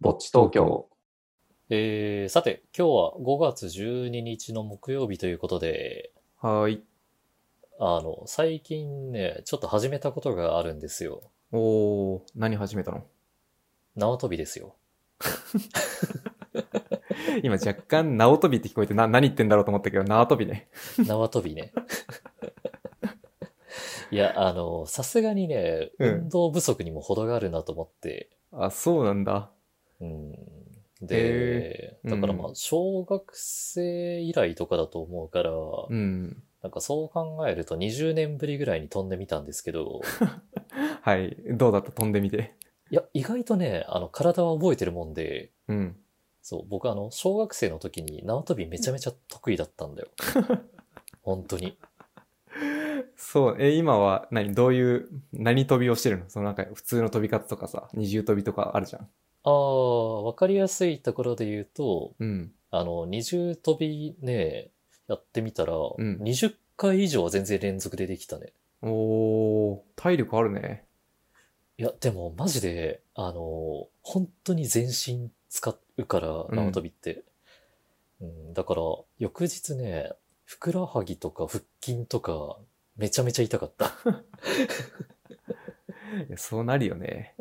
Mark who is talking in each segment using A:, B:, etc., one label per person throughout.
A: ぼっち東京。
B: えー、さて、今日は5月12日の木曜日ということで、
A: はーい。
B: あの、最近ね、ちょっと始めたことがあるんですよ。
A: おー、何始めたの
B: 縄跳びで すよ。
A: 今若干縄跳びって聞こえてな、何言ってんだろうと思ったけど、縄跳びね。
B: 縄跳びね。 いや、あの、さすがにね、
A: うん
B: 運動不足にも程があるなと思って、
A: あ、そうなんだ。
B: うん。で、
A: ー
B: だから
A: うん
B: まあ、小学生以来とかだと思うから、
A: うん。
B: なんかそう考えると20年ぶりぐらいに飛んでみたんですけど、
A: はい。どうだった飛んでみて。
B: いや、意外とね、あの、体は覚えてるもんで、
A: うん。
B: そう、僕あの、小学生の時に縄跳びめちゃめちゃ得意だった んだよ。本当に。
A: そう、え、今は何どういう、何飛びをしてるのそのなんか普通の飛び方とかさ、二重飛びとかあるじゃん。
B: ああ、わかりやすいところで言うと、
A: うん。
B: あの、二重跳びね、やってみたら、
A: ん
B: 20回以上は全然連続でできたね。
A: おー、体力あるね。
B: いや、でもマジで、あの、本当に全身使うから、
A: ん
B: 縄跳びって。うん、だから、翌日ね、ふくらはぎとか腹筋とか、めちゃめちゃ痛かった。
A: いやそうなるよね。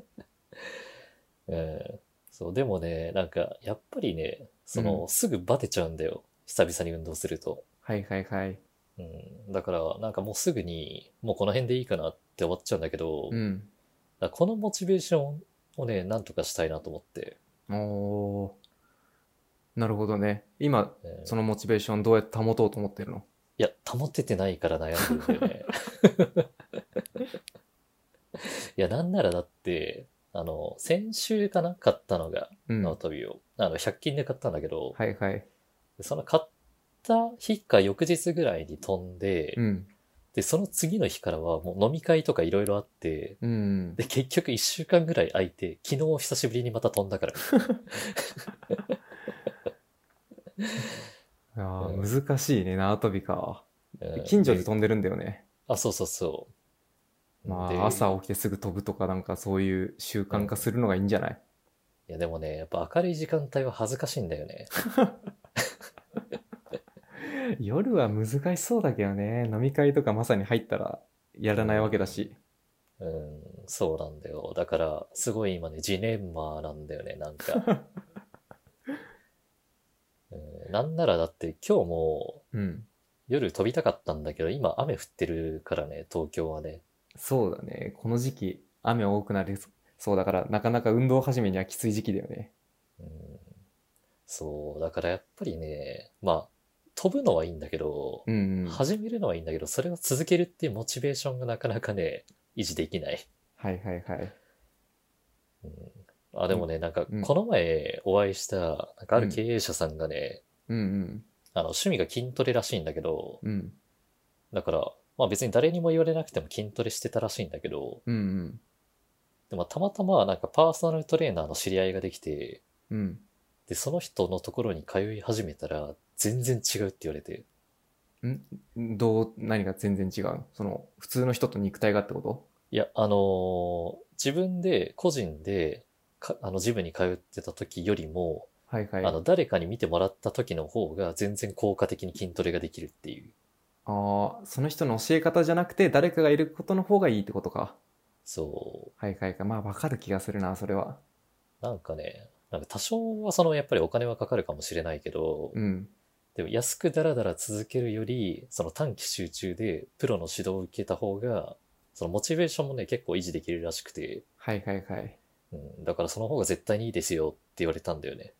B: うんそう、でもね、なんか、やっぱりね、そうの、すぐバテちゃうんだよ。久々に運動すると。
A: はいはいはい。
B: うん。だから、なんかもうすぐに、もうこの辺でいいかなって終わっちゃうんだけど、だ
A: う
B: か
A: ん。
B: らこのモチベーションをね、なんとかしたいなと思って。
A: おー。なるほどね。今、
B: うん
A: そのモチベーションどうやって保とうと思ってるの
B: いや、保ててないから悩んでるんだよね。 いや、なんならだって、あの、先週かな買ったのが、
A: うん。
B: 縄跳びを。あの、100均で買ったんだけど、
A: はいはい。
B: その買った日か翌日ぐらいに飛んで、
A: うん。
B: で、その次の日からはもう飲み会とかいろいろあって、
A: うん。
B: で、結局一週間ぐらい空いて、昨日久しぶりにまた飛んだから。
A: ああ、難しいね、縄跳びか。
B: うん
A: 近所で飛んでるんだよね。
B: あ、そうそうそう。
A: ま
B: で
A: あ、朝起きてすぐ飛ぶとかなんかそういう習慣化するのがいいんじゃない
B: いや、でもね、やっぱ明るい時間帯は恥ずかしいんだよね。
A: 夜は難しそうだけどね。飲み会とかまさに入ったらやらないわけだし。
B: うん、そうなんだよ。だから、すごい今ね、ジレンマなんだよね、な んか。うん、なんならだって今日も
A: うん。
B: 夜飛びたかったんだけど、今雨降ってるからね、東京はね。
A: そうだね。この時期、雨多くなりそうだから、なかなか運動始めにはきつい時期だよね。
B: うん、そう、だからやっぱりね、まあ、飛ぶのはいいんだけど、
A: うんうん。はい
B: 始めるのはいいんだけど、それを続けるっていうモチベーションがなかなかね、維持できない。
A: はいはい。
B: うん、あ、でもね、なんか
A: うん、
B: この前お会いした、なんかある経営者さんがね、
A: うんうん。
B: あの、趣味が筋トレらしいんだけど、
A: うん。
B: だから、まあ別に誰にも言われなくても筋トレしてたらしいんだけど、
A: うんうん。
B: でもたまたまなんかパーソナルトレーナーの知り合いができて、
A: うん。
B: で、その人のところに通い始めたら、全然違うって言われて。
A: どう、何が全然違うその、普通の人と肉体がってこと
B: いや、あのー自分で、個人で、かあの、ジムに通ってた時よりも、
A: はいはい。
B: あの、誰かに見てもらった時の方が全然効果的に筋トレができるっていう。
A: ああ、その人の教え方じゃなくて、誰かがいることの方がいいってことか。
B: そ
A: はいはいはい。まあ、わかる気がするな、それは。
B: う。なんかね、なんか多少はその、やっぱりお金はかかるかもしれないけど、
A: うん。
B: でも安くダラダラ続けるより、その短期集中でプロの指導を受けた方が、そのモチベーションもね、結構維持できるらしくて、
A: はいはいはい。
B: うん、だからその方が絶対にいいですよって言われたんだよね。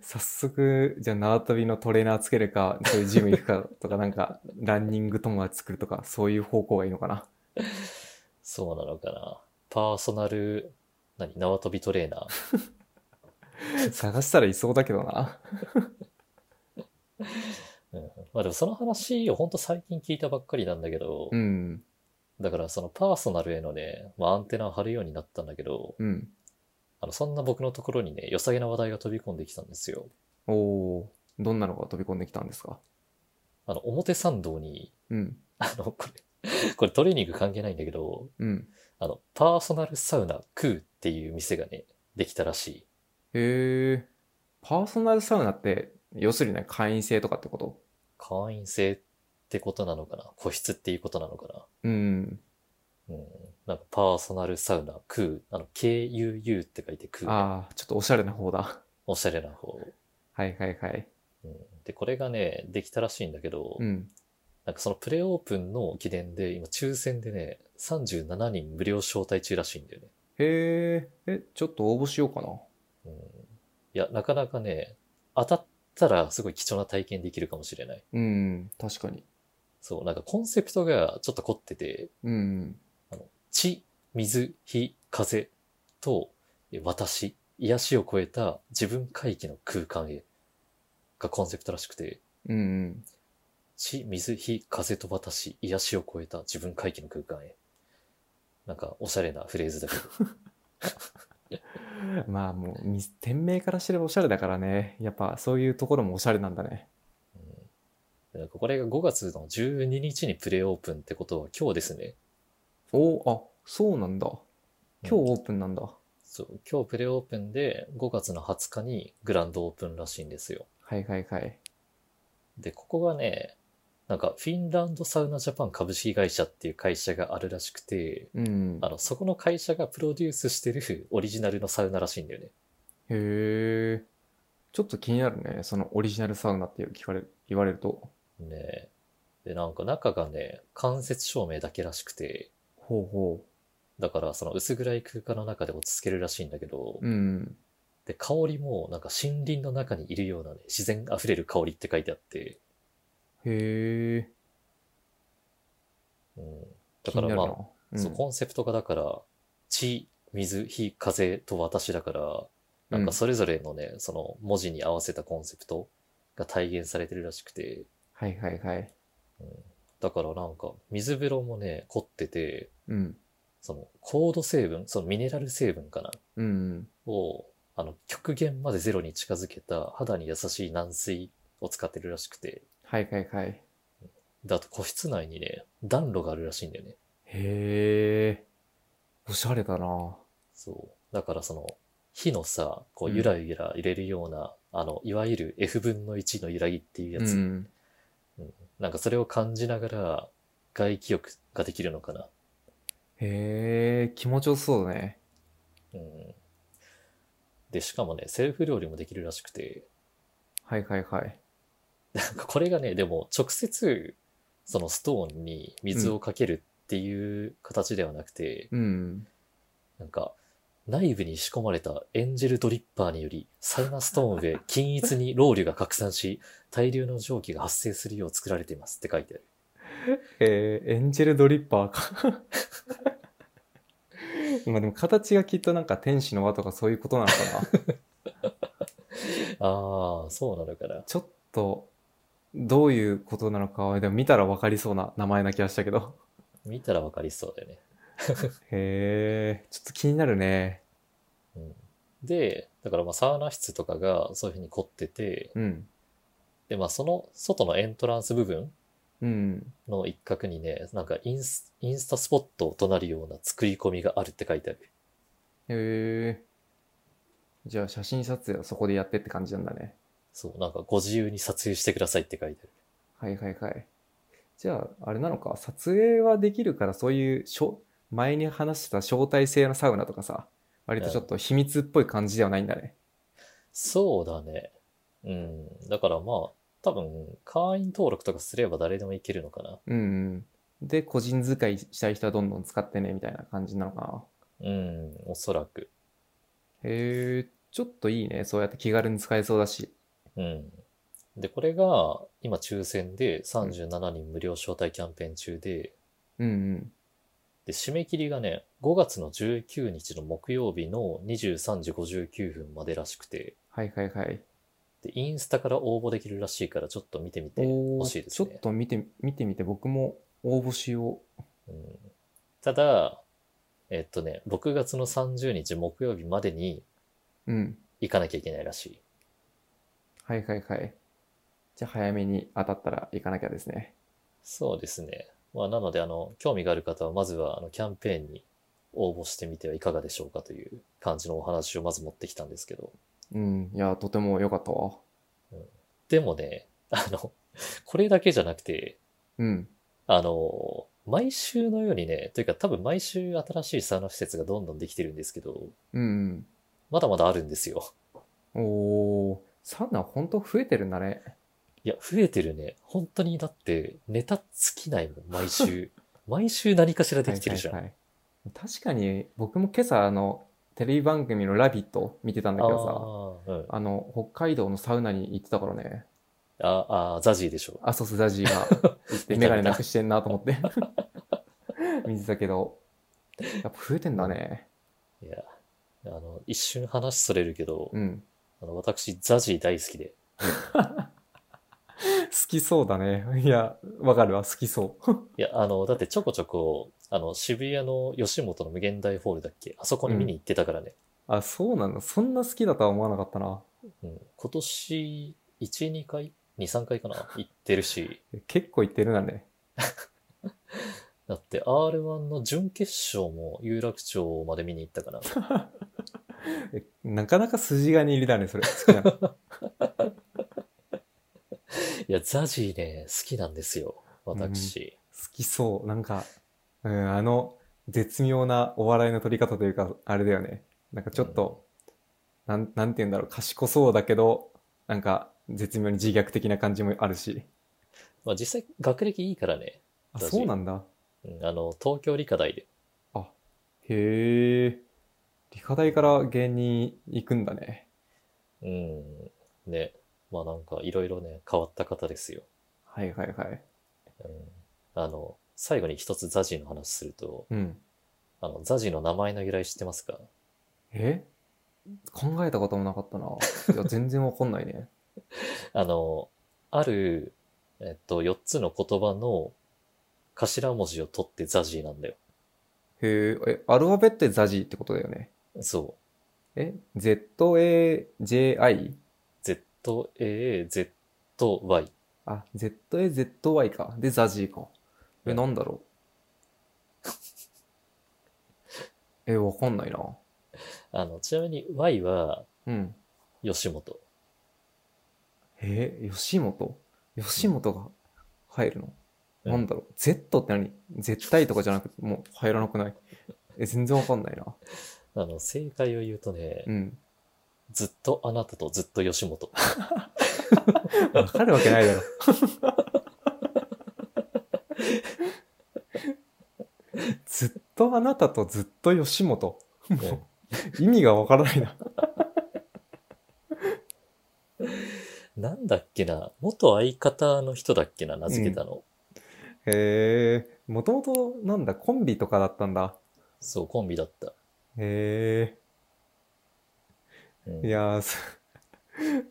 A: 早速、じゃあ縄跳びのトレーナーつけるか、そういうジム行くかとか、なんか、ランニング友達作るとか、そういう方向がいいのかな。
B: そうなのかな。パーソナル、何、縄跳びトレーナー。
A: 探したらいそうだけどな。
B: まあでもその話をほんと最近聞いたばっかりなんだけど、
A: うん、
B: だからそのパーソナルへのね、まあアンテナを張るようになったんだけど、
A: うん。
B: あの、そんな僕のところにね、良さげな話題が飛び込んできたんですよ。
A: おおー、どんなのが飛び込んできたんですか
B: あの、表参道に、
A: うん、
B: あの、これ、これトレーニング関係ないんだけど、
A: うん。
B: あの、パーソナルサウナクーっていう店がね、できたらしい。
A: へえ。パーソナルサウナって、要するにね会員制とかってこと
B: 会員制ってことなのかな個室っていうことなのか
A: うん。
B: なうん。なんかパーソナルサウナクー、あの、KUU って書いてクー。
A: ああ、ちょっとおしゃれな方だ。
B: おしゃれな方。
A: はいはいはい。
B: うん、で、これがね、できたらしいんだけど、
A: うん。
B: なんかそのプレオープンの記念で、今抽選でね、37人無料招待中らしいんだよね。
A: へえ。え、ちょっと応募しようかな。
B: うん、いや、なかなかね、当たったらすごい貴重な体験できるかもしれない。
A: うん、確かに。
B: そう、なんかコンセプトがちょっと凝ってて、
A: うん。
B: 地、水、火、風と、え私、癒しを超えた自分回帰の空間へがコンセプトらしくて、
A: うんうん。
B: 地、水、火、風と私、癒しを超えた自分回帰の空間へ。なんか、おしゃれなフレーズだけど。
A: まあもう、み店名からしてればおしゃれだからね。やっぱそういうところもおしゃれなんだね。
B: うん、なんかこれが5月の12日にプレオープンってことは今日ですね。
A: おあ、そうなんだ。今日
B: うん
A: オープンなんだ。
B: そう、今日プレオープンで5月の20日にグランドオープンらしいんですよ。
A: はいはいはい。
B: で、ここがね、なんかフィンランドサウナジャパン株式会社っていう会社があるらしくて、
A: うん。
B: あの、そこの会社がプロデュースしてる オリジナルのサウナらしいんだよね。
A: へえ。ちょっと気になるね。そのオリジナルサウナって聞かれ、言われると。
B: ねえで、なんか中がね、間接照明だけらしくて、
A: ほうほ
B: だからその薄暗い空間の中で落ち着けるらしいんだけど、
A: う。うん。
B: で、香りもなんか森林の中にいるようなね、自然あふれる香りって書いてあって、
A: へえ。
B: うん。だ
A: 気
B: か
A: に
B: ら
A: なる
B: ま
A: な
B: あ、。そう、コンセプトがだから、地、水、火、風と私だから、なんかそれぞれのね、その文字に合わせたコンセプトが体現されてるらしくて、
A: はいはいはい。
B: だからなんか水風呂もね、凝ってて、
A: うん。
B: その高度成分、そのミネラル成分かな、
A: うん。
B: を、あの、極限までゼロに近づけた肌に優しい軟水を使ってるらしくて、
A: はいはいはい。へ
B: で、あと個室内にね、暖炉があるらしいんだよね。
A: え。おしゃれだな。
B: そう。だからその、火のさ、こう、ゆらゆら入れるような、あの、いわゆる F 分の1の揺らぎっていう
A: う
B: やつ。
A: ん。
B: なんかそれを感じながら、外気浴ができるのかな。
A: へえ、気持ちよさそうだね。
B: うん。で、しかもね、セルフ料理もできるらしくて、
A: はいはいはい。
B: なんかこれがね、でも直接、そのストーンに水をかけるっていう形ではなくて、
A: うん。
B: なんか、内部に仕込まれたエンジェルドリッパーにより、サウナストーンで均一にロウリュが拡散し、大量の蒸気が発生するよう作られていますって書いてある。
A: えーエンジェルドリッパー か。まあでも形がきっとなんか天使の輪とかそういうことなのか な。
B: ああ、そうなのかな。
A: ちょっと、どういうことなのかは、でも見たらわかりそうな名前な気がしたけど。
B: 見たらわかりそうだよね。
A: へえ、ちょっと気になるね。
B: うん、で、だからまあサウナ室とかがそういうふうに凝ってて、
A: うん。
B: で、まあその外のエントランス部分
A: うん。
B: の一角にね、なんかインスインスタスポットとなるような作り込みがあるって書いてある。
A: へえ。じゃあ写真撮影はそこでやってって感じなんだね。
B: そう、なんかご自由に撮影してくださいって書いてある。
A: はいはいはい。じゃあ、あれなのか、撮影はできるから、そういうしょ、前に話してた招待制のサウナとかさ、割とちょっと秘密っぽい感じではないんだね。
B: そうだね。うん。だからまあ、多分、会員登録とかすれば誰でもいけるのかな。
A: うん、うん。で、個人使いしたい人はどんどん使ってね、みたいな感じなのかな。
B: うん、おそらく。
A: へえ、ちょっといいね。そうやって気軽に使えそうだし。
B: うん。で、これが、今抽選で37人無料招待キャンペーン中で、
A: うんうん。
B: で、締め切りがね、5月の19日の木曜日の23時59分までらしくて、
A: はいはいはい。
B: で、インスタから応募できるらしいから、ちょっと見てみて
A: お
B: ほ
A: お、
B: しいで
A: ち
B: す
A: ょ
B: ね
A: っ。と見て、見てみて、僕も応募しよ
B: うんただ、えっとね、6月の30日木曜日までに
A: う。うん。
B: 行かなきゃいけないらしい。
A: はいはいはい。じゃあ早めに当たったら行かなきゃですね。
B: そうですね。まあ、なので、あの、興味がある方は、まずは、あの、キャンペーンに応募してみてはいかがでしょうかという感じのお話をまず持ってきたんですけど。
A: うん。いや、とても良かったわ。
B: でもね、あの、これだけじゃなくて、
A: うん。
B: あの、毎週のようにね、というか多分毎週新しいサウナ施設がどんどんできてるんですけど、
A: うん、
B: まだまだあるんですよ。
A: うん。おー。サウナほんと増えてるんだね。
B: いや、増えてるね。本当にだって、ネタ尽きないもん、毎週。毎週何かしらできてるじゃん。
A: はいはいはい確かに僕も今朝あのテレビ番組の「ラビット!」見てたんだけど
B: あー、うん
A: さあの北海道のサウナに行ってたからね
B: ああー、ザジーでしょ。
A: あそうそうザジーが 行って眼
B: 見た
A: 鏡なくしてんなと思って 見てたけどやっぱ増えてんだね
B: いや、あの、一瞬話それるけど、
A: うん
B: あの私、ザジー大好きで、
A: 好きそうだねいやわかるわ好きそう
B: いや、あの、だってちょこちょこ、あの、渋谷の吉本の無限大ホールだっけあそこに見に行ってたからね。
A: あそうなんだそんな好きだとは思わなかったな
B: うん。今年、1、2回 ?2、3回かな行ってるし、
A: 結構行ってるんだね
B: だって R1 の準決勝も有楽町まで見に行ったかな。
A: えなかなか筋金入りだねそれ好きなの
B: いや、ザジーね、好きなんですよ。私。
A: 好きそう。なんか、うん、あの、絶妙なお笑いの取り方というか、あれだよね。なんかちょっと、なん、なんて言うんだろう、賢そうだけど、なんか、絶妙に自虐的な感じもあるし。
B: まあ実際、学歴いいからね。
A: あ、
B: だし
A: そうなんだ。
B: うん、あの、東京理科大で。
A: へえ。理科大から芸人行くんだね。
B: うん。ね。まあなんか、いろいろね、変わった方ですよ。
A: はいはいはい。
B: うん。あの、最後に一つザジーの話すると、
A: うん。
B: あの、ザジーの名前の由来知ってますか
A: え考えたこともなかったな。いや、全然わかんないね。
B: あの、ある、えっと、4つの言葉の頭文字を取ってザジーなんだよ。
A: へえ、え、アルファベットでザジーってことだよね。
B: そ
A: え ?ZAJI?
B: う。ZAZY。
A: あ、ZAZY か。で、ザジーか。え、
B: うん
A: なんだろ う。え、わかんないな。
B: あの、ちなみに Y は
A: うん。
B: 吉本。
A: え、吉本吉本が入るの、
B: うん
A: なんだろう。Z って何絶対とかじゃなくて、もう入らなくない。え、全然わかんないな。
B: あの、正解を言うとね、
A: うん。
B: ずっとあなたとずっと吉 本。
A: わかるわけないだろ。 ずっとあなたとずっと吉本。
B: うん
A: 意味がわからないな。
B: なんだっけな、元相方の人だっけな、名付けたの。
A: へえ、もともとなんだ、コンビとかだったんだ。
B: そう、コンビだった。
A: へ
B: う
A: え、
B: ん
A: いやーす、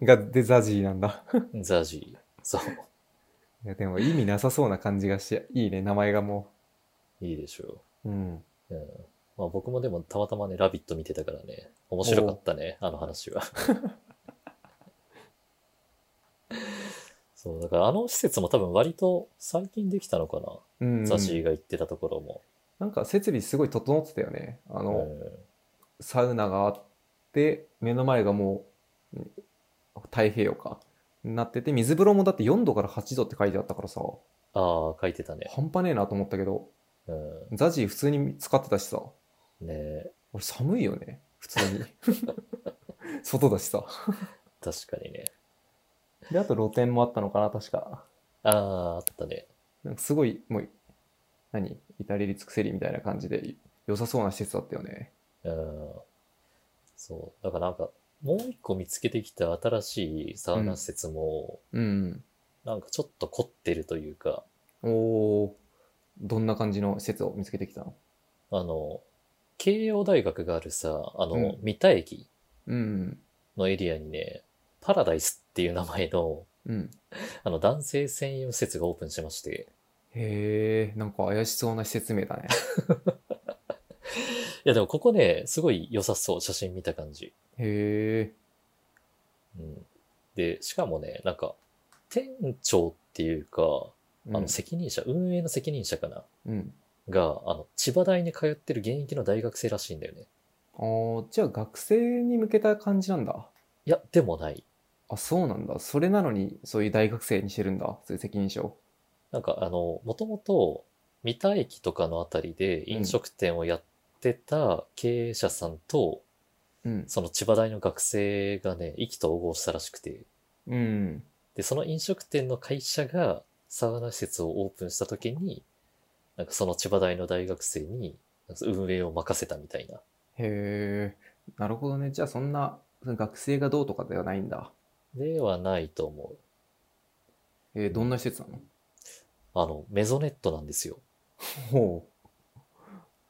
A: が、で、ザジーなんだ。
B: ザジー。そう。
A: いや、でも意味なさそうな感じがして、いいね、名前がも
B: いいでしょ
A: う。うん。
B: う。うんまあ、僕もでもたまたまね、ラビット見てたからね、面白かったね、あの話は。 そう、だからあの施設も多分割と最近できたのかな、
A: うん、
B: ザジーが言ってたところも。
A: なんか設備すごい整ってたよね。あ
B: う
A: の、
B: ん
A: サウナがあって、目の前がもう、ん太平洋か。なってて、水風呂もだって4度から8度って書いてあったからさ、
B: ああ、書いてたね。
A: 半端ねえなと思ったけど、
B: うん
A: ザジー普通に使ってたしさ、
B: ねえ
A: 俺寒いよね普通に 外だしさ
B: 確かにね。
A: であと露店もあったのかな確か
B: ああ、あったね。
A: なんかすごいもう何至れり尽くせりみたいな感じで良さそうな施設だったよね
B: うん。そう。だからなんか、もう一個見つけてきた新しいサウナ施設も、
A: うん
B: なんかちょっと凝ってるというか、
A: おおーどんな感じの施設を見つけてきたの
B: あの、慶応大学があるさ、あの、
A: うん
B: 三田駅
A: うん
B: のエリアにね、パラダイスっていう名前の、
A: うん
B: あの、男性専用施設がオープンしまして、
A: へえんか怪しそうな施設名だね
B: いやでもここね、すごい良さそう、写真見た感じ。
A: へえ
B: うん。で、しかもね、なんか、店長っていうか、あの、責任者、運営の責任者かな
A: うん
B: が、あの、千葉大に通ってる現役の大学生らしいんだよね。
A: おーじゃあ学生に向けた感じなんだ。
B: いや、でもない。
A: あ、そうなんだ。それなのに、そういう大学生にしてるんだ。そういう責任者を。
B: なんか、あの、もともと、三田駅とかのあたりで飲食店をやってた経営者さんと、
A: うん。
B: その千葉大の学生がね、意気投合したらしくて、
A: うん。
B: で、その飲食店の会社がサウナ施設をオープンした時に、なんかその千葉大の大学生になんか運営を任せたみたいな。
A: へえ。なるほどね。じゃあそんな、その学生がどうとかではないんだ。
B: ではないと思う。
A: えーどんな施設なの
B: あの、メゾネットなんですよ。
A: ほう。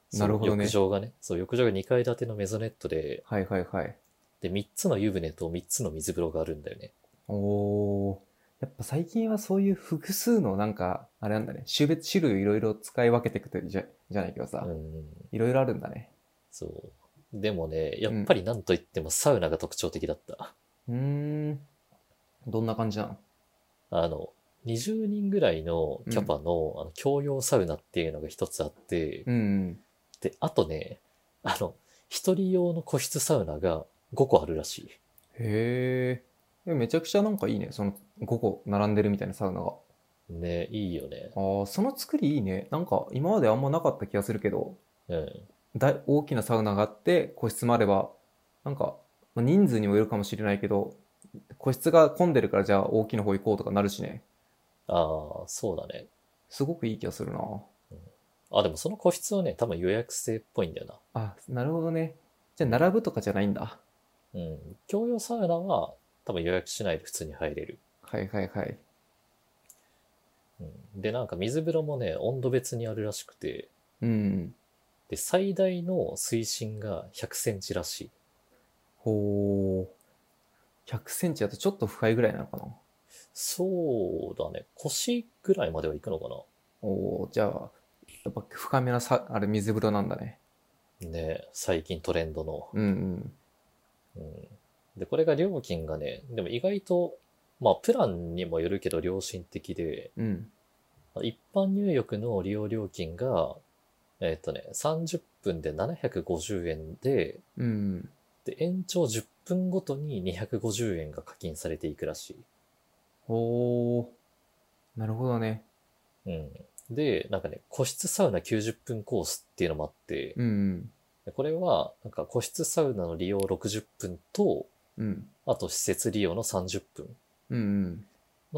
B: そ
A: な
B: の
A: るほどね
B: 浴。場がね、そう、浴場が2階建てのメゾネットで、
A: はいはいはい。
B: で、3つの湯船と3つの水風呂があるんだよね。
A: おおー。やっぱ最近はそういう複数のなんか、あれなんだね。種別種類をいろいろ使い分けていくというじゃじゃないけどさ
B: う。ん。
A: いろいろあるんだね。
B: そう。でもね、やっぱりなんといってもサウナが特徴的だった。
A: うーん。どんな感じなの
B: あの、20人ぐらいのキャパの,、あの共用サウナっていうのが一つあって、
A: うんうん。
B: で、あとね、あの、一人用の個室サウナが5個あるらしい。
A: へえ。めちゃくちゃなんかいいね。その5個並んでるみたいなサウナが。
B: ね、いいよね。
A: ああ、その作りいいね。なんか今まであんまなかった気がするけど、
B: うん。
A: 大大きなサウナがあって、個室もあれば、なんか、まあ人数にもよるかもしれないけど、個室が混んでるからじゃあ大きな方行こうとかなるしね。
B: ああ、そうだね。
A: すごくいい気がするな。
B: あ、でもその個室はね、多分予約制っぽいんだよな。
A: あ、なるほどね。じゃあ並ぶとかじゃないんだ。
B: うん。共用サウナは多分予約しないで普通に入れる。
A: はいはいはい。
B: うん、で、なんか水風呂もね、温度別にあるらしくて、
A: うん。
B: で、最大の水深が100センチらしい。
A: ほう。100センチだとちょっと深いぐらいなのかな。
B: そうだね。腰ぐらいまでは行くのか
A: おおじゃあ、やっぱ深めなさ、あれ水風呂なんだね。
B: なね最近トレンドの。
A: うんうん。
B: うん。で、これが料金がね、でも意外と、まあ、プランにもよるけど良心的で、
A: うん。
B: 一般入浴の利用料金が、えっとね、30分で750円で、
A: うん。
B: で、延長10分ごとに250円が課金されていくらし
A: おおなるほどね。
B: い。うん。で、なんかね、個室サウナ90分コースっていうのもあって、
A: うん
B: これは、なんか個室サウナの利用60分と、
A: うん。うん。
B: あと施設利用の30分
A: うんうん。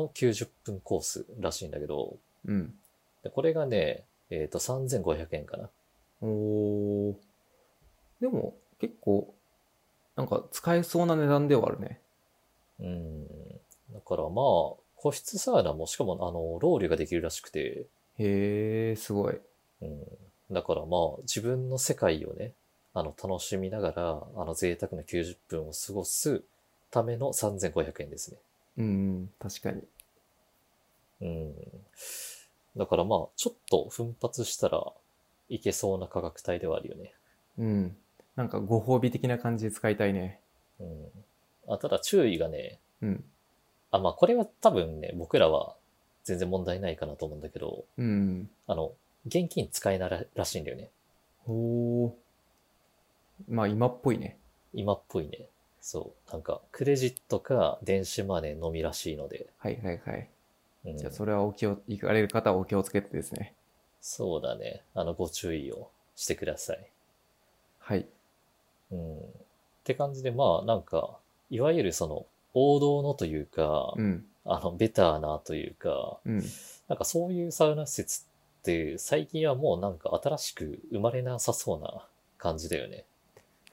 B: の90分コースらしいんだけど、
A: うん。
B: でこれがね、えっ、と、3500円かな。
A: おおでも、結構、なんか使えそうな値段ではあるね。
B: うん。だからまあ、個室サウナもしかも、あの、ロウリュができるらしくて、
A: へえ、すごい。
B: うん。だからまあ、自分の世界をね、あの、楽しみながら、あの、贅沢な90分を過ごすための3500円ですね。
A: うんうん、確かに。
B: うん。だからまあ、ちょっと奮発したらいけそうな価格帯ではあるよね。
A: うん。なんかご褒美的な感じで使いたいね。
B: うん。あ、ただ注意がね、
A: うん。
B: あ、まあこれは多分ね、僕らは全然問題ないかなと思うんだけど、
A: うん。
B: あの、現金使えないららしいんだよね。
A: おおまあ今っぽいね。
B: 今っぽいね。そう。なんか、クレジットか電子マネーのみらしいので。
A: はいはいはい。
B: うん、
A: じゃあそれはお気を、行かれる方はお気をつけてですね。
B: そうだね。あの、ご注意をしてください。
A: はい。
B: うん。って感じで、まあ、なんか、いわゆるその、王道のというか、
A: うん。
B: あの、ベターなというか、
A: うん。
B: なんかそういうサウナ施設って、最近はもうなんか新しく生まれなさそうな感じだよね。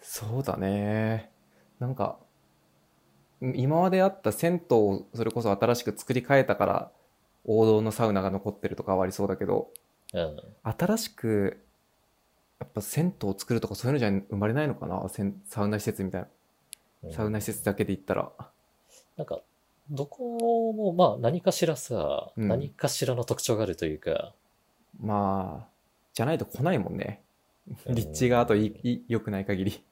A: そうだね。なんか、ん今まであった銭湯をそれこそ新しく作り変えたから、王道のサウナが残ってるとかはありそうだけど、
B: うん。
A: 新しく、やっぱ銭湯を作るとかそういうのじゃ生まれないのかなせんサウナ施設みたい
B: うん
A: な。サウナ施設だけで言ったら。
B: なんか、どこも、まあ、何かしらさ、
A: うん
B: 何かしらの特徴があるというか、
A: まあ、じゃないと来ないもんね。
B: うん
A: 立地があといいい良くない限り。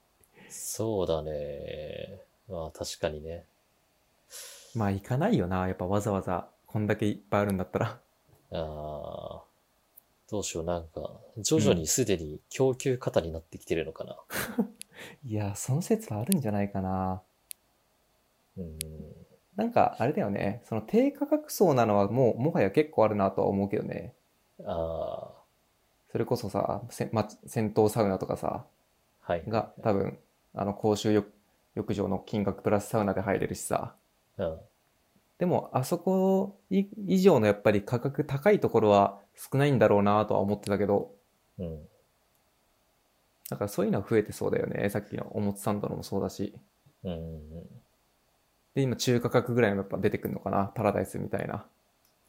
B: そうだね。まあ、確かにね。
A: まあ行かないよな。やっぱわざわざこんだけいっぱいあるんだったら。
B: ああ。どうしよう、なんか、徐々にすでに供給過多になってきてるのかな。
A: いや、その説はあるんじゃないかな。
B: うん。
A: なんか、あれだよね。その低価格層なのはもう、もはや結構あるなとは思うけどね。
B: あ
A: それこそさ、せま、戦闘サウナとかさ、
B: あー、はい。
A: が多分、あの、公衆浴浴場の金額プラスサウナで入れるしさ。
B: うん。
A: でも、あそこい以上のやっぱり価格高いところは少ないんだろうなとは思ってたけど、
B: うん。
A: だからそういうのは増えてそうだよね。さっきのおもつサンドのもそうだし。
B: うんうんうん。
A: で、今中価格ぐらいもやっぱ出てくるのかな。パラダイスみたいな。
B: あ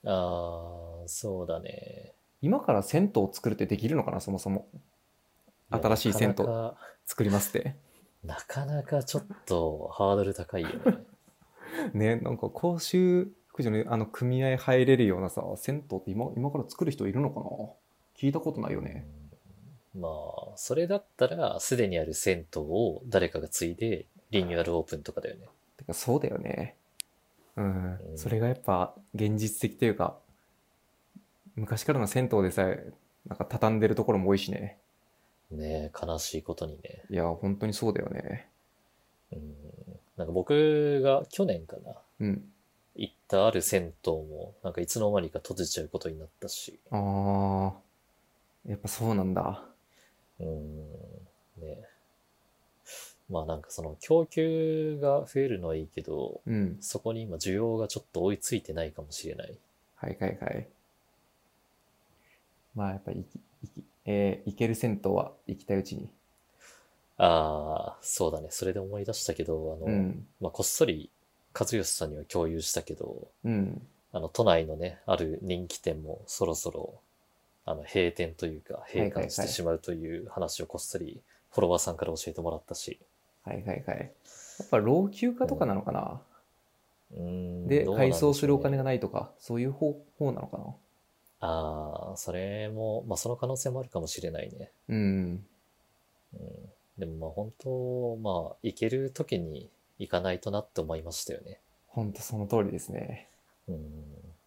B: あ、そうだね。
A: 今から銭湯を作るってできるのかな、そもそも。
B: や
A: 新しい銭湯
B: なかなか
A: 作りますって。
B: なかなかちょっとハードル高いよね。
A: ね、なんか公衆福祉のあの組合入れるようなさ、銭湯って今今から作る人いるのかな聞いたことないよ ね。
B: うん。まあ、それだったら、すでにある銭湯を誰かが継いで、リニューアルオープンとかだよね。
A: てかそうだよね。うん
B: う。ん
A: それがやっぱ現実的というか、昔からの銭湯でさえ、なんか畳んでるところも多いしね。
B: ねえ、悲しいことにね。
A: いや、本当にそうだよね。
B: うん。なんか僕が去年かな、
A: うん。
B: 行ったある銭湯も、なんかいつの間にか閉じちゃうことになったし、
A: ああ、やっぱそうなんだ。
B: うん、ね。まあなんかその供給が増えるのはいいけど、
A: うん。
B: そこに今需要がちょっと追いついてないかもしれない。
A: はいはいはい。まあやっぱり行き、行き、えー行ける銭湯は行きたいうちに。
B: ああ、そうだね。それで思い出したけど、あ
A: う
B: の、
A: ん。
B: まあこっそり和義さんには共有したけど、
A: うん。
B: あの、都内のね、ある人気店もそろそろ、あの、閉店という
A: は
B: か、閉
A: いはいは
B: 館
A: い
B: してしまうという話をこっそりフォロワーさんから教えてもらったし。
A: はいはいはい。やっぱ老朽化とかなのかな、
B: うーん
A: で、
B: どうなん
A: 改
B: し
A: 装
B: ょうね
A: するお金がないとか、そういう方方なのかな
B: ああ、それも、まあその可能性もあるかもしれないね。
A: うん。
B: うん。でもまあ本当、まあ行ける時に行かないとなって思いましたよね。
A: ほんとその通りですね。
B: うん。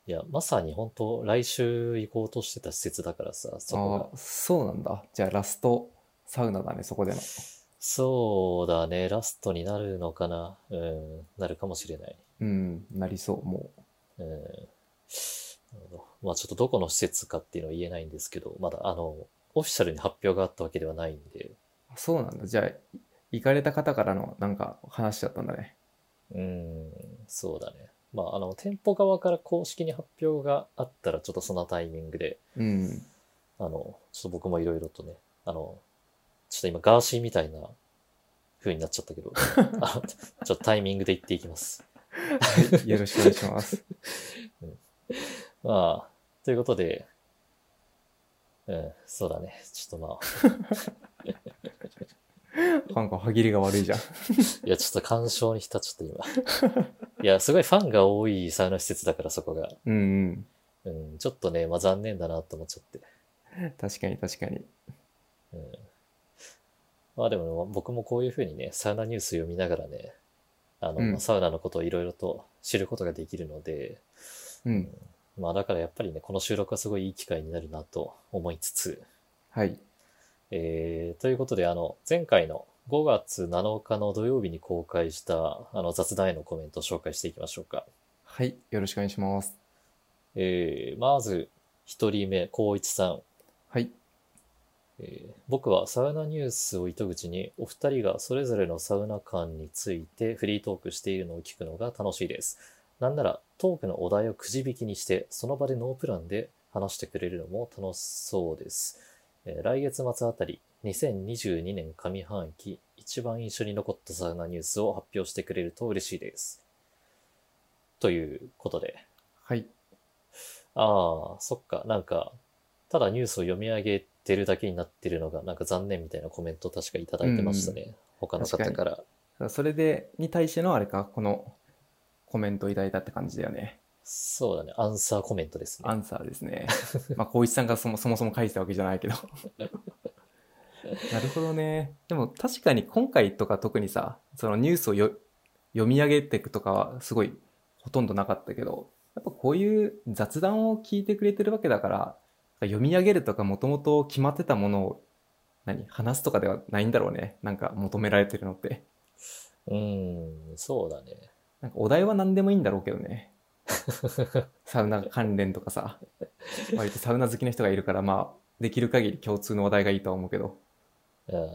B: いや、まさに本当、来週行こうとしてた施設だからさ、そこが
A: あ。あ、そうなんだ。じゃあラストサウナだね、そこでの。
B: そうだね、ラストになるのかな。うん、なるかもしれない。
A: うん、なりそう、もう。
B: うん。なるほどまあちょっとどこの施設かっていうのは言えないんですけど、まだあの、オフィシャルに発表があったわけではないんで、
A: あそうなんだ。じゃあ、い行かれた方からのなんか話だったんだね。
B: うん、そうだね。まああの、店舗側から公式に発表があったら、ちょっとそのタイミングで、
A: うん。
B: あの、ちょっと僕もいろいろとね、あの、ちょっと今ガーシーみたいな風になっちゃった けど、あのちょっとタイミングで言っていきます。
A: よろしくお願いし ます。
B: まあ、ということで、うん、そうだね。ちょっとまあ、
A: なんか歯切りが悪いじゃん。
B: いや、ちょっと感傷に浸っちゃっ た、今。いや、すごいファンが多いサウナ施設だから、そこが。
A: うん
B: うん、ちょっとね、まあ残念だなと思っちゃって。
A: うん。確かに確かに。
B: うん。まあでも、僕もこういうふうにね、サウナニュース読みながらね、あの、
A: うん
B: サウナのことをいろいろと知ることができるので、
A: うん。
B: まあだからやっぱりね、この収録はすごいいい機会になるなと思いつつ、
A: はい。
B: えーということで、あの、前回の5月7日の土曜日に公開した、あの、雑談へのコメントを紹介していきましょうか。
A: はい。よろしくお願いします。
B: えーまず、一人目、光一さん。
A: はい。
B: えー僕はサウナニュースを糸口に、お二人がそれぞれのサウナ感についてフリートークしているのを聞くのが楽しいです。なんなら、トークのお題をくじ引きにして、その場でノープランで話してくれるのも楽しそうです。えー来月末あたり、2022年上半期、一番印象に残ったサウナニュースを発表してくれると嬉しいです。ということで、
A: はい。
B: ああ、そっか。なんか、ただニュースを読み上げてるだけになってるのが、なんか残念みたいなコメントを確かいただいてましたね。他の方
A: 確
B: から。
A: それで、に対してのあれか、このコメントをいただいたって感じだよね。
B: そうだね。アンサーコメントです
A: ア
B: ね。
A: ンサーです ね。まあ、光一さんがそもそもそも書いてたわけじゃないけど。なるほどね。でも確かに今回とか特にさ、そのニュースをよ読み上げていくとかはすごいほとんどなかったけど、やっぱこういう雑談を聞いてくれてるわけだから、読み上げるとかもともと決まってたものを何話すとかではないんだろうねなんか求められてるのって
B: うん、そうだね。
A: なんかお題は何でもいいんだろうけどね サウナ関連とかさ割とサウナ好きな人がいるからまあできる限り共通の話題がいいとは思うけど
B: うん、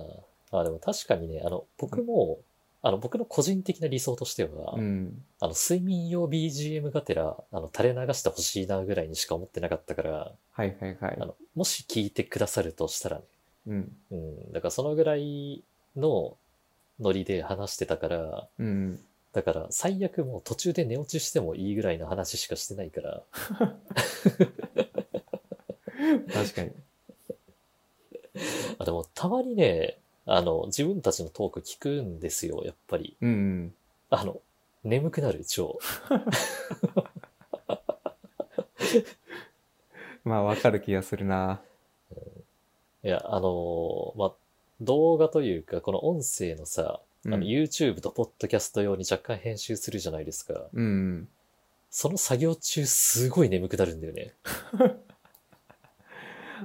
B: あでも確かにね、あの、僕も、あの、僕の個人的な理想としては、
A: うん
B: あの、睡眠用 BGM がてら、あの、垂れ流してほしいなぐらいにしか思ってなかったから、
A: はいはいはい
B: あの、もし聞いてくださるとしたらね、
A: うん
B: うん、だからそのぐらいのノリで話してたから、
A: うん
B: だから最悪もう途中で寝落ちしてもいいぐらいの話しかしてないから、
A: 確かに
B: あ、でもたまにね、あの、自分たちのトーク聞くんですよ、やっぱり。
A: うんうん
B: あの、眠くなる、超。
A: まあわかる気がするない
B: や、あのーまあ、動画というか、この音声のさ、あ
A: う
B: の
A: ん
B: YouTube と Podcast 用に若干編集するじゃないですか。
A: うんうん
B: その作業中、すごい眠くなるんだよね。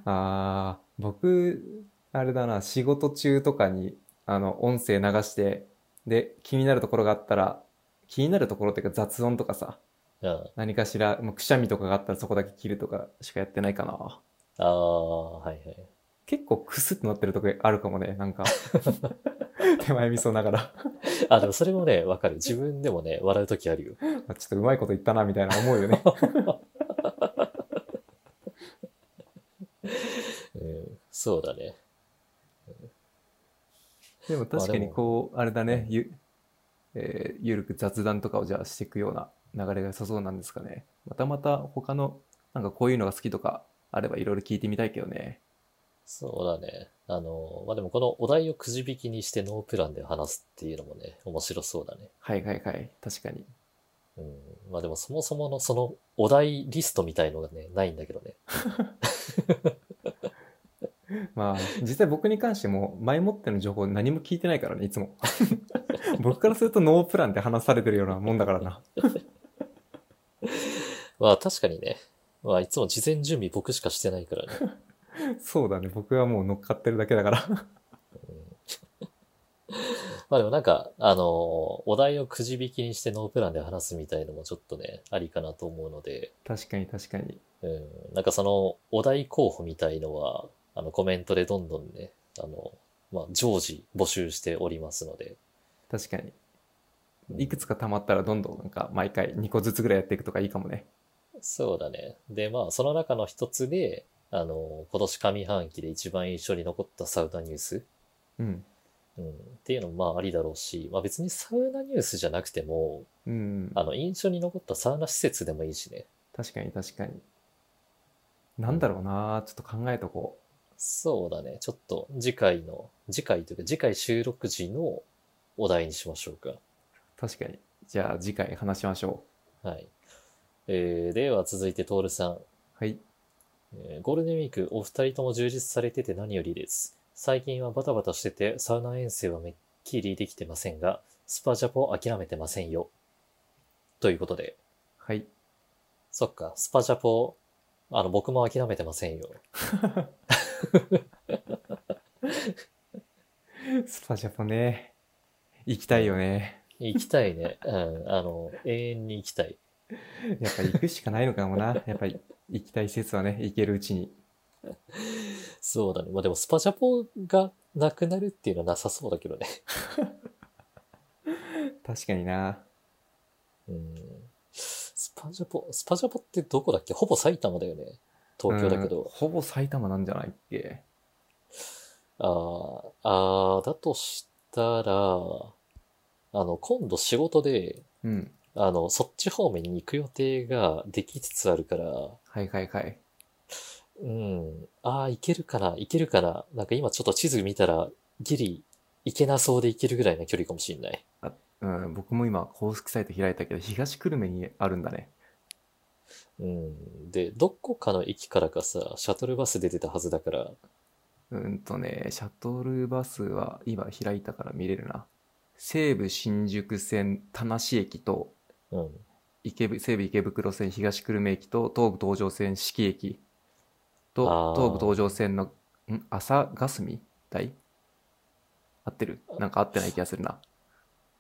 A: ああ、僕、あれだな、仕事中とかに、あの、音声流して、で、気になるところがあったら、気になるところっていうか雑音とかさ、
B: うん。
A: 何かしら、もうくしゃみとかがあったらそこだけ切るとかしかやってないかな。
B: ああ、はいはい。
A: 結構クスってなってるとこあるかもね、なんか。手前味噌ながら。
B: あ、でもそれもね、わかる。自分でもね、笑うときあるよ。
A: あちょっとうまいこと言ったな、みたいな思うよね。
B: うん、そうだね。
A: でも確かにこう、あれだね、ゆ、えーゆるく雑談とかをじゃあしていくような流れが良さそうなんですかね。またまた他の、なんかこういうのが好きとかあればいろいろ聞いてみたいけどね。
B: そうだね。あのー、まあ、でもこのお題をくじ引きにしてノープランで話すっていうのもね、面白そうだね。
A: はいはいはい、確かに。
B: うん。まあ、でもそもそものそのお題リストみたいのがね、ないんだけどね。
A: まあ、実際僕に関しても前もっての情報何も聞いてないからね、い つも。僕からするとノープランで話されてるようなもんだからな。
B: まあ確かにね。まあいつも事前準備僕しかしてないからね。
A: そうだね、僕はもう乗っかってるだけだから。
B: まあでもなんか、あのーお題をくじ引きにしてノープランで話すみたいのもちょっとね、ありかなと思うので、
A: 確かに確かに。
B: うん、なんかそのお題候補みたいのは、あのコメントでどんどんね、あの、まあ常時募集しておりますので、
A: 確かに。いくつか溜まったらどんどんなんか毎回2個ずつぐらいやっていくとかいいかもね。
B: そうだね。で、まあその中の一つで、あの今年上半期で一番印象に残ったサウナニュース、
A: うん。
B: うん、っていうのもまあありだろうし、まあ別にサウナニュースじゃなくても、
A: うん。
B: あの、印象に残ったサウナ施設でもいいしね。
A: 確かに確かに。なんだろうなちょっと考えとこ
B: そうだね。ちょっと次回の、次回というか次回収録時のお題にしましょうか。
A: う。確かに。じゃあ次回話しましょ
B: はい。えー、では続いてトールさん。
A: う。はい。
B: えーゴールデンウィークお二人とも充実されてて何よりです。最近はバタバタしててサウナ遠征はめっきりできてませんが、スパジャポを諦めてませんよ。ということで。
A: はい。
B: そっか、スパジャポ、あの、僕も諦めてませんよ。
A: スパジャポね。行きたいよね。
B: 行きたいね。うん、あの、永遠に行きたい。
A: やっぱ行くしかないのかもな。やっぱり行きたい施設はね、行けるうちに。
B: そうだね。まあでもスパジャポがなくなるっていうのはなさそうだけどね。
A: 確かにな。
B: うん。スパジャポ、スパジャポってどこだっけほぼ埼玉だよね。東京だけ
A: うん
B: ど。
A: ほぼ埼玉なんじゃないっけ。
B: ああ、ああ、だとしたら、あの、今度仕事で、
A: うん。
B: あの、そっち方面に行く予定ができつつあるから、
A: はいはいはい。
B: うん。ああ、行けるかな、行けるかな。なんか今ちょっと地図見たら、ギリ、行けなそうで行けるぐらいな距離かもしれない。
A: うん、僕も今公式サイト開いたけど、東久留米にあるんだね。
B: うん。で、どこかの駅からかさ、シャトルバス出てたはずだから、
A: うんとね、シャトルバスは今開いたから見れるな。西武新宿線田無駅と
B: うん。
A: 池ぶ西武池袋線東久留米駅と東武東上線四季駅
B: あ
A: と
B: ー
A: 東武東上線のん朝霞台合ってるなんか合ってない気がするな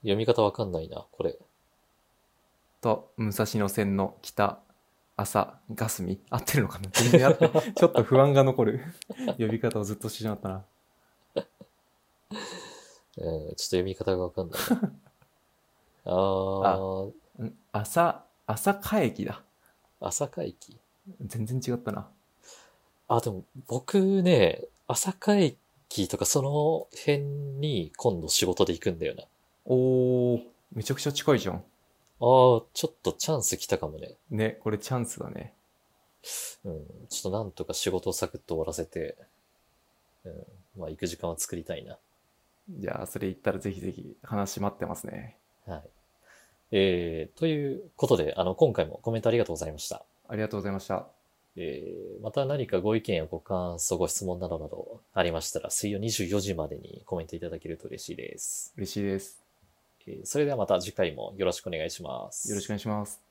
B: 読み方わかんないな、これ。
A: と武蔵野線の北朝霞合ってるのかな全然合って ちょっと不安が残る呼び方をずっとしてしまったな
B: うん、ちょっと読み方がわかんないな。あー、
A: ん朝朝霞駅だ
B: 朝霞駅。
A: 全然違ったな
B: あ、でも僕ね、朝霞駅とかその辺に今度仕事で行くんだよな。
A: おーめちゃくちゃ近いじゃん
B: あー、ちょっとチャンス来たかもね。
A: ねこれチャンスだね
B: うん、ちょっとなんとか仕事をサクッと終わらせて、うん、まあ行く時間は作りたいな。
A: じゃあそれ言ったらぜひぜひ話待ってますね
B: はい。えー、ということで、あの、今回もコメントありがとうございました。
A: ありがとうございました
B: えー、また何かご意見やご感想、ご質問などなどありましたら、水曜24時までにコメントいただけると嬉しいです。
A: 嬉しいです
B: えーそれではまた次回もよろしくお願いします。
A: よろしくお願いします